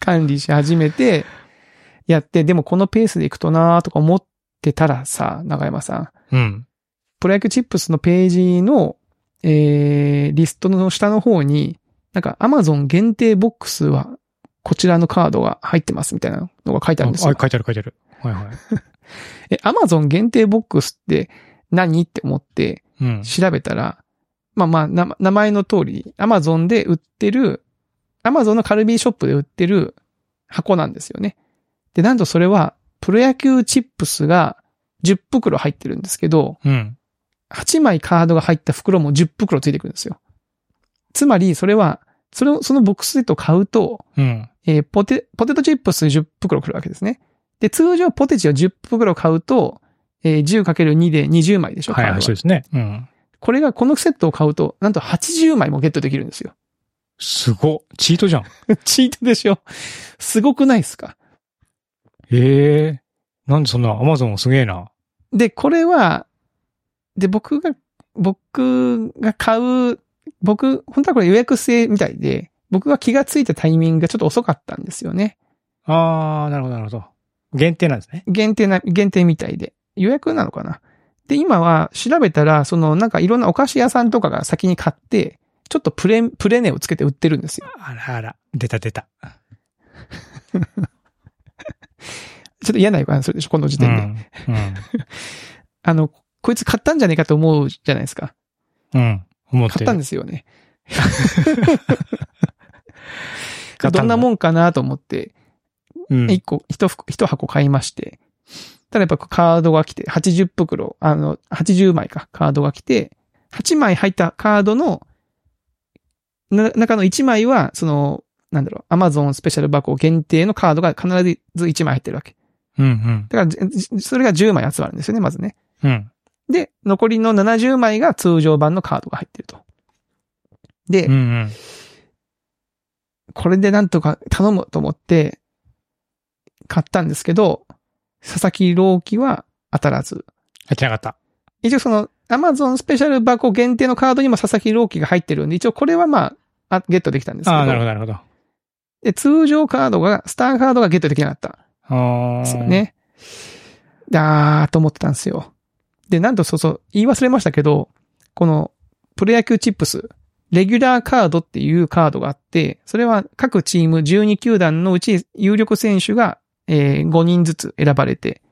Speaker 2: 管理し始めて、やって、でもこのペースでいくとなーとか思ってたらさ、長山さん、
Speaker 1: うん。
Speaker 2: プロ野球チップスのページの、えー、リストの下の方に、なんか Amazon 限定ボックスは、こちらのカードが入ってますみたいなのが書いてあるんです
Speaker 1: あ
Speaker 2: よ
Speaker 1: あ。書いてある書いてある。はいはい。
Speaker 2: え、Amazon 限定ボックスって何って思って
Speaker 1: うん。
Speaker 2: 調べたら、まあまあ、な名前の通り、Amazon で売ってる、Amazon のカルビーショップで売ってる箱なんですよね。で、なんとそれは、プロ野球チップスが10袋入ってるんですけど、
Speaker 1: うん。
Speaker 2: 8枚カードが入った袋も10袋ついてくるんですよ。つまり、それは、それを、そのボックスセットを買うと、
Speaker 1: うん。
Speaker 2: えーポテ、ポテトチップス10袋来るわけですね。で、通常ポテチを10袋買うと、えー 10×2 で20枚でしょ、
Speaker 1: はいは
Speaker 2: カ
Speaker 1: い、
Speaker 2: ー
Speaker 1: そ
Speaker 2: ド
Speaker 1: う
Speaker 2: が
Speaker 1: ですね。うん。
Speaker 2: これが、このセットを買うと、なんと80枚もゲットできるんですよ。
Speaker 1: すごっ。チートじゃん。
Speaker 2: チートでしょ。すごくないですか
Speaker 1: ええなんでそんな、アマゾンすげえな。
Speaker 2: で、これは、で、僕が、僕が買う、僕、本当はこれ予約制みたいで、僕が気がついたタイミングがちょっと遅かったんですよね。
Speaker 1: あー、なるほどなるほど。限定なんですね。
Speaker 2: 限定な、限定みたいで。予約なのかなで、今は調べたら、そのなんかいろんなお菓子屋さんとかが先に買って、ちょっとプレ、プレネをつけて売ってるんですよ。
Speaker 1: あらあら。出た出た。
Speaker 2: ちょっと嫌な予感するでしょ、この時
Speaker 1: うん。
Speaker 2: 点で。
Speaker 1: うん。
Speaker 2: あの、こいつ買ったんじゃねえかと思うじゃないですか。
Speaker 1: うん。思ってる。
Speaker 2: 買ったんですよね。
Speaker 1: 買った
Speaker 2: どんなも
Speaker 1: ん
Speaker 2: んかなと思って、
Speaker 1: うん。
Speaker 2: 一個、一袋、一箱買いまして、ただやっぱカードが来て、80袋、あの、80枚か、カードが来て、8枚入ったカードの、な、中の1枚は、その、なんだろう、Amazon スペシャル箱限定のカードが必ず1枚入ってるわけ。
Speaker 1: うんうん。
Speaker 2: だからじ、じそれが10枚集まるんですよね、まずね。
Speaker 1: うん。
Speaker 2: で、残りの70枚が通常版のカードが入ってると。で、
Speaker 1: うんうん。
Speaker 2: これでなんとか頼むと思って、買ったんですけど、佐々木朗希は当たらず。
Speaker 1: 入ってなかった。
Speaker 2: 一応その、アマゾンスペシャル箱限定のカードにも佐々木朗希が入ってるんで、一応これはまあ、あゲットできたんですけ
Speaker 1: あ
Speaker 2: ど
Speaker 1: ー、なるほどなるほど。
Speaker 2: で、通常カードが、スターカードがゲットできなかった
Speaker 1: あ
Speaker 2: んですよ
Speaker 1: ー。。
Speaker 2: ね。だーと思ってたんですよ。で、なんとそうそう、言い忘れましたけど、この、プロ野球チップス、レギュラーカードっていうカードがあって、それは各チーム12球団のうち有力選手が、えー5人ずつ選ばれて、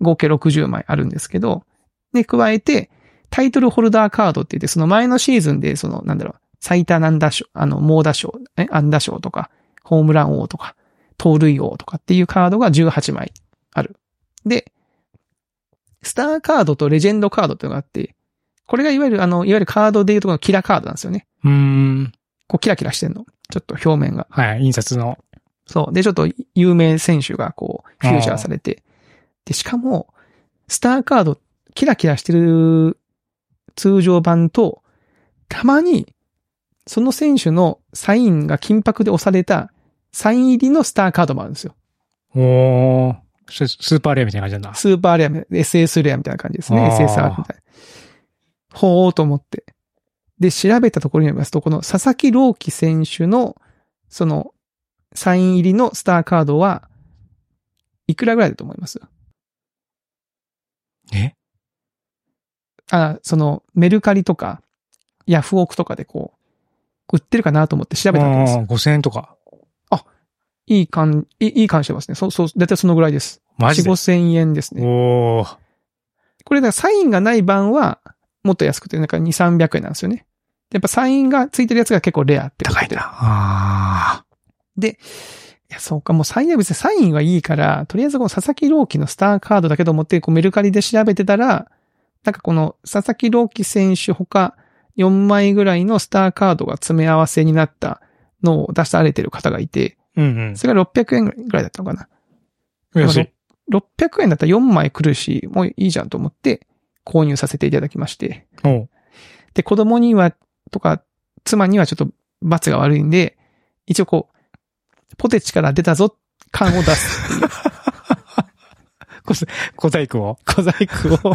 Speaker 2: 合計60枚あるんですけど、で、加えて、タイトルホルダーカードって言って、その前のシーズンで、その、なんだろう、最多何打賞、あの、猛打賞、え、安打賞とか、ホームラン王とか、盗塁王とかっていうカードが18枚ある。で、スターカードとレジェンドカードっていうのがあって、これがいわゆる、あの、いわゆるカードでいうところのキラカードなんですよね。
Speaker 1: うーん。
Speaker 2: こう、キラキラしてんの。ちょっと表面が。
Speaker 1: はい、印刷の。
Speaker 2: そう。で、ちょっと有名選手がこう、フューチャーされて。で、しかも、スターカード、キラキラしてる通常版と、たまに、その選手のサインが金箔で押された、サイン入りのスターカードもあるんですよ。
Speaker 1: おー。ススーパーレアみたいな感じなんだ。
Speaker 2: スーパーレア、SS レアみたいな感じですね。
Speaker 1: あー
Speaker 2: SSR みたいな。ほーと思って。で、調べたところによりますと、この佐々木朗希選手の、その、サイン入りのスターカードは、いくらぐらいだと思います
Speaker 1: え
Speaker 2: あ、その、メルカリとか、ヤフオクとかでこう、売ってるかなと思って調べたんですよ。
Speaker 1: あー5000円とか。
Speaker 2: いい感、いいいい感じしてますね。そう、そう、だいたいそのぐらいです。
Speaker 1: マジ
Speaker 2: 4、
Speaker 1: で。
Speaker 2: 5000円ですね。
Speaker 1: おー。
Speaker 2: これだからサインがない版は、もっと安くて、なんか2、300円なんですよね。でやっぱサインがついてるやつが結構レアってことで。い
Speaker 1: な。あ
Speaker 2: や、そうか、もうサインは別にサインはいいから、とりあえずこの佐々木朗希のスターカードだけど持って、こうメルカリで調べてたら、なんかこの佐々木朗希選手他4枚ぐらいのスターカードが詰め合わせになったのを出されてる方がいて、
Speaker 1: ー。うん
Speaker 2: それが600円ぐらいだったのかな。
Speaker 1: うん。安い。
Speaker 2: 600円だったら4枚来るし、もういいじゃんと思って購入させていただきまして。
Speaker 1: おう
Speaker 2: で、子供には、とか、妻にはちょっと罰が悪いんで、一応こう、ポテチから出たぞ感を出すっていう
Speaker 1: 小小細工を
Speaker 2: 小細工を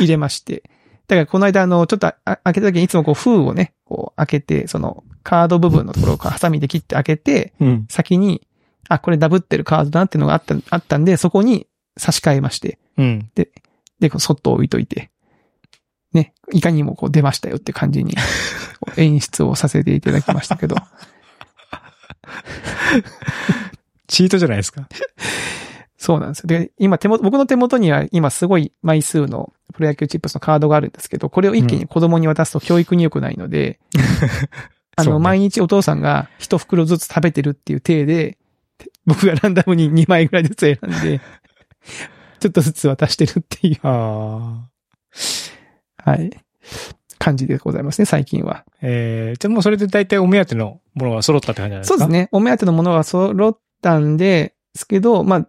Speaker 2: 入れまして。だからこの間あの、ちょっとああ開けた時にいつもこう封をね、こう開けて、そのカード部分のところをこうハサミで切って開けて、
Speaker 1: うん。
Speaker 2: 先に、あ、これダブってるカードだなっていうのがあった、あったんで、そこに差し替えまして、
Speaker 1: うん。
Speaker 2: で、こうそっと置いといて、ね、いかにもこう出ましたよって感じにこう演出をさせていただきましたけど、
Speaker 1: チートじゃないですか。
Speaker 2: そうなんですよ。で、今手元、僕の手元には今すごい枚数のプロ野球チップスのカードがあるんですけど、これを一気に子供に渡すと教育に良くない ので、あ
Speaker 1: そう
Speaker 2: の、
Speaker 1: ね
Speaker 2: 毎日お父さんが一袋ずつ食べてるっていう体で、て僕がランダムに2枚ぐらいずつ選ん で、ちょっとずつ渡してるっていう、
Speaker 1: ああ。
Speaker 2: はい、感じでございますね、最近は。
Speaker 1: えー、じゃあもうそれで大体お目当てのものが揃ったって感じなんですか
Speaker 2: そうです。ね。お目当てのものが揃ったんですけど、まあ、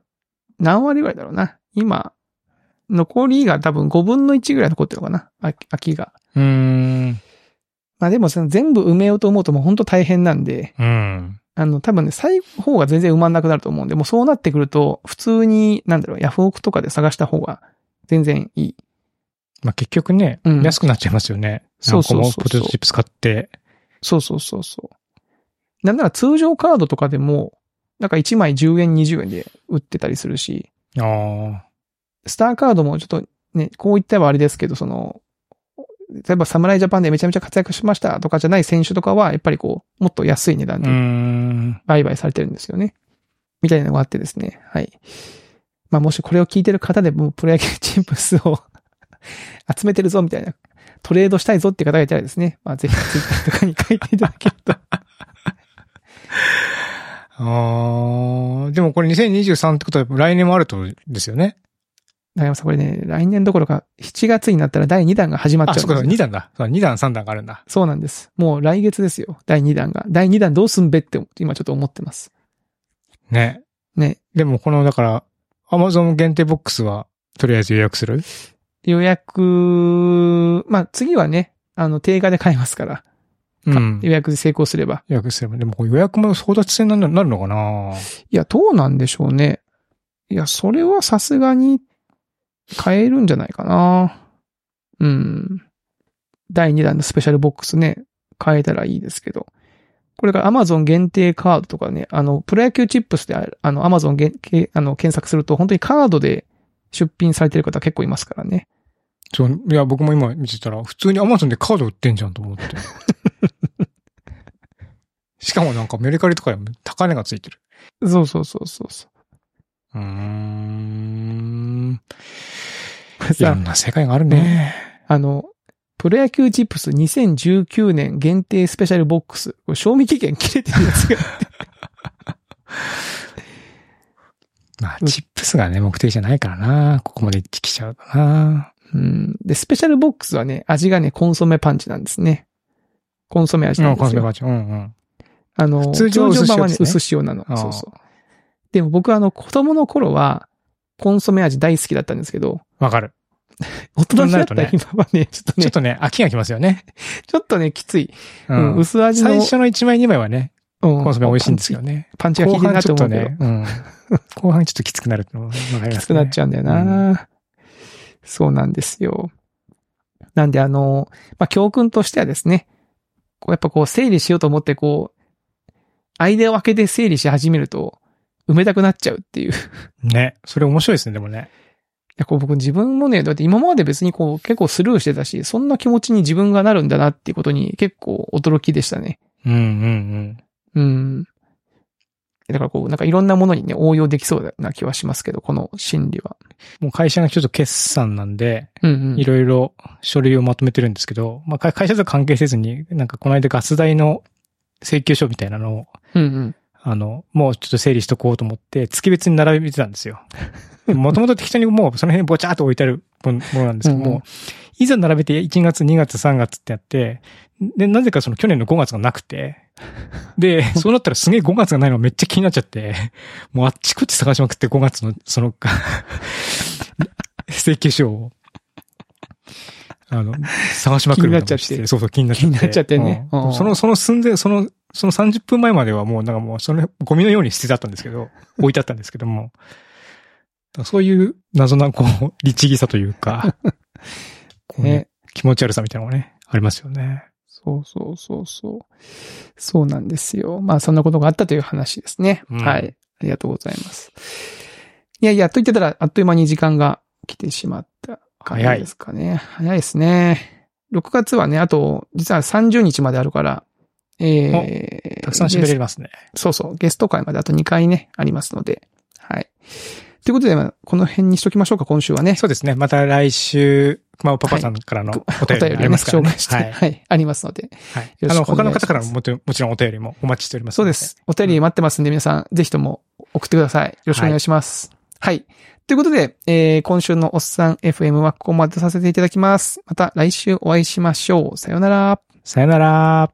Speaker 2: 何割ぐらいだろうな。今、残りが多分5分の1ぐらい残ってるのかな。あ空きが。
Speaker 1: うーん。
Speaker 2: まあでもその全部埋めようと思うともう本当大変なんで、
Speaker 1: うん。
Speaker 2: あの多分ね、最後の方が全然埋まんなくなると思うんで、もうそうなってくると、普通に、なんだろう、ヤフオクとかで探した方が全然いい。
Speaker 1: まあ、結局ね、
Speaker 2: うん
Speaker 1: 安くなっちゃいますよね。
Speaker 2: そうそうそうそう
Speaker 1: 何個もポテトチップス買って。
Speaker 2: そうそうそうそう。なんなら通常カードとかでも、なんか1枚10円20円で売ってたりするし、
Speaker 1: ああ。
Speaker 2: スターカードもちょっとね、こう言ってはあれですけど、その、例えば侍ジャパンでめちゃめちゃ活躍しましたとかじゃない選手とかは、やっぱりこう、もっと安い値段
Speaker 1: うー
Speaker 2: で
Speaker 1: ん。
Speaker 2: 売買されてるんですよね。みたいなのがあってですね。はい。まあもしこれを聞いてる方でもうプロ野球チップスを 集めてるぞみたいな、トレードしたいぞって方がいたらですね、まあぜひツイッターとかに書いていただける と。
Speaker 1: ああ。でもこれ2023ってことは来年もあるってことですよね。
Speaker 2: 中山さんこれね、来年どころか7月になったら第2弾が始まっちゃ
Speaker 1: あ、
Speaker 2: うんです
Speaker 1: そ
Speaker 2: よ
Speaker 1: うか、2段だ。そう2段、3段があるんだ。
Speaker 2: そうなんです。もう来月ですよ。第2弾が。第2弾どうすんべって今ちょっと思ってます。
Speaker 1: ね。
Speaker 2: ね。
Speaker 1: でもこの、だから、アマゾン限定ボックスは、とりあえず予約する
Speaker 2: 予約、まあ次はね、あの、定価で買えますから。
Speaker 1: うん。
Speaker 2: 予約成功すれば。
Speaker 1: 予約すれば。でもこれ予約も争奪戦になるなるのかない
Speaker 2: や、どうなんでしょうね。いや、それはさすがに買えるんじゃないかな。うん。第2弾のスペシャルボックスね、買えたらいいですけど。これが Amazon 限定カードとかね、あの、プロ野球チップスであ、あの、Amazon 限定、あの、検索すると、本当にカードで出品されてる方結構いますからね。
Speaker 1: そう、いや、僕も今見てたら、普通に Amazon でカード売ってんじゃんと 思って。しかもなんかメルカリとかでも高値がついてる。
Speaker 2: そうそうそうそうそう。
Speaker 1: うーん。
Speaker 2: これ
Speaker 1: いろ
Speaker 2: さ
Speaker 1: ん、な世界があるね。
Speaker 2: あの、プロ野球チップス2019年限定スペシャルボックス。これ賞味期限切れてるやつが
Speaker 1: まあ、チップスがね、目的じゃないからな。ここまで来ちゃうかな。
Speaker 2: うん。で、スペシャルボックスはね、味がね、コンソメパンチなんですね。コンソメ味
Speaker 1: う、
Speaker 2: なんんで
Speaker 1: コン
Speaker 2: す
Speaker 1: ソメ
Speaker 2: よ。
Speaker 1: パンチ。うんうん。
Speaker 2: あの、
Speaker 1: 通
Speaker 2: 通
Speaker 1: 常薄
Speaker 2: 常
Speaker 1: 塩
Speaker 2: 版はね、
Speaker 1: ですね
Speaker 2: 薄塩なの
Speaker 1: あ。ー
Speaker 2: そうそう。でも僕はあの、子供の頃は、コンソメ味大好きだったんですけど、
Speaker 1: わかる。
Speaker 2: 大人になっ
Speaker 1: 大
Speaker 2: た
Speaker 1: 人
Speaker 2: 今はね、ちょっ
Speaker 1: ちょ
Speaker 2: と
Speaker 1: っ
Speaker 2: ね、
Speaker 1: とね、飽きがきますよね。
Speaker 2: ちょっとね、きつい。
Speaker 1: う
Speaker 2: うん、
Speaker 1: ん。
Speaker 2: 薄味の。
Speaker 1: 最初の1枚2枚はね、
Speaker 2: うん
Speaker 1: コンソメ美味しいんですけどね。
Speaker 2: パンチパンチが効
Speaker 1: 後
Speaker 2: いてる
Speaker 1: 半
Speaker 2: な
Speaker 1: ちょっ
Speaker 2: と思
Speaker 1: と
Speaker 2: うけど、
Speaker 1: ね、うん。後半ちょっときつくなるのわかります、ね。
Speaker 2: きつくなっちゃうんだよな、そうなんですよ。なんであの、まあ、教訓としてはですね、こうやっぱこう整理しようと思ってこう、間を空けて整理し始めると、埋めたくなっちゃうっていう。い
Speaker 1: ね。それ面白いですね、でもね。
Speaker 2: や、こう僕自分もね、だって今まで別にこう結構スルーしてたし、そんな気持ちに自分がなるんだなっていうことに結構驚きでしたね。
Speaker 1: うんうん
Speaker 2: うん。だからこう、なんかいろんなものにね、応用できそうな気はしますけど、この心理は。
Speaker 1: うん。もう会社がちょっと決算なんで、
Speaker 2: うんうん
Speaker 1: い。ろいろ書類をまとめてるんですけど、まあ会会社とは関係せずに、なんかこの間ガス代の請求書みたいなのを、
Speaker 2: うんうん。
Speaker 1: あの、もうちょっと整理しとこうと思って、月別に並べてたんです よ。もともと適当にもうその辺にぼちゃっと置いてあるものものなんですけども、
Speaker 2: うんうん
Speaker 1: いざ並べて1月、2月、3月ってやって、で、なぜかその去年の5月がなくて、 で、そうなったらすげえ5月がないのがめっちゃ気になっちゃって、もうあっちこっち探しまくって5月のその請求書を。あの、探しまくるよう
Speaker 2: 気になっちゃって
Speaker 1: そうそう、気になっちゃって。
Speaker 2: 気になっちゃってね
Speaker 1: うん
Speaker 2: うん
Speaker 1: その、その寸前、その、その30分前まではもう、なんかもう、その、ゴミのように捨ててあったんですけ ど、置いてあったんですけども。だからそういう謎な、こう、律儀さという か、こうね
Speaker 2: ね。
Speaker 1: 気持ち悪さみたいなのがね、ありますよね。
Speaker 2: そうそうそうそう。そうなんですよ。まあそんなことがあったという話ですね。
Speaker 1: うん
Speaker 2: はい。ありがとうございます。いやいや、と言ってたらあっという間に時間が来てしまった感じですかね。早いですね。6月はね、あと、実は30日まであるから、えー、
Speaker 1: たくさん喋れますね。
Speaker 2: そうそう、ゲスト会まであと2回ね、ありますので。はい。ということで、まあこの辺にしときましょうか、今週はね。
Speaker 1: そうですね。また来週、熊尾パパさんからのお
Speaker 2: お
Speaker 1: 便り
Speaker 2: 便
Speaker 1: が
Speaker 2: りを
Speaker 1: あ
Speaker 2: ね
Speaker 1: りますから
Speaker 2: 紹
Speaker 1: ね。
Speaker 2: 介して、
Speaker 1: はい。
Speaker 2: はい、ありますので。
Speaker 1: はい。あの、
Speaker 2: よろしくお願いします
Speaker 1: 他の方からももちろんもちろんお便りもお待ちしております。
Speaker 2: そうで。す。お便り待ってますんで、皆さん、ぜひとも送ってください。よろしくお願いします。はい。ということで、えー、今週のおっさん FM はここまでとさせていただきます。また来週お会いしましょう。さようなら。
Speaker 1: さよなら。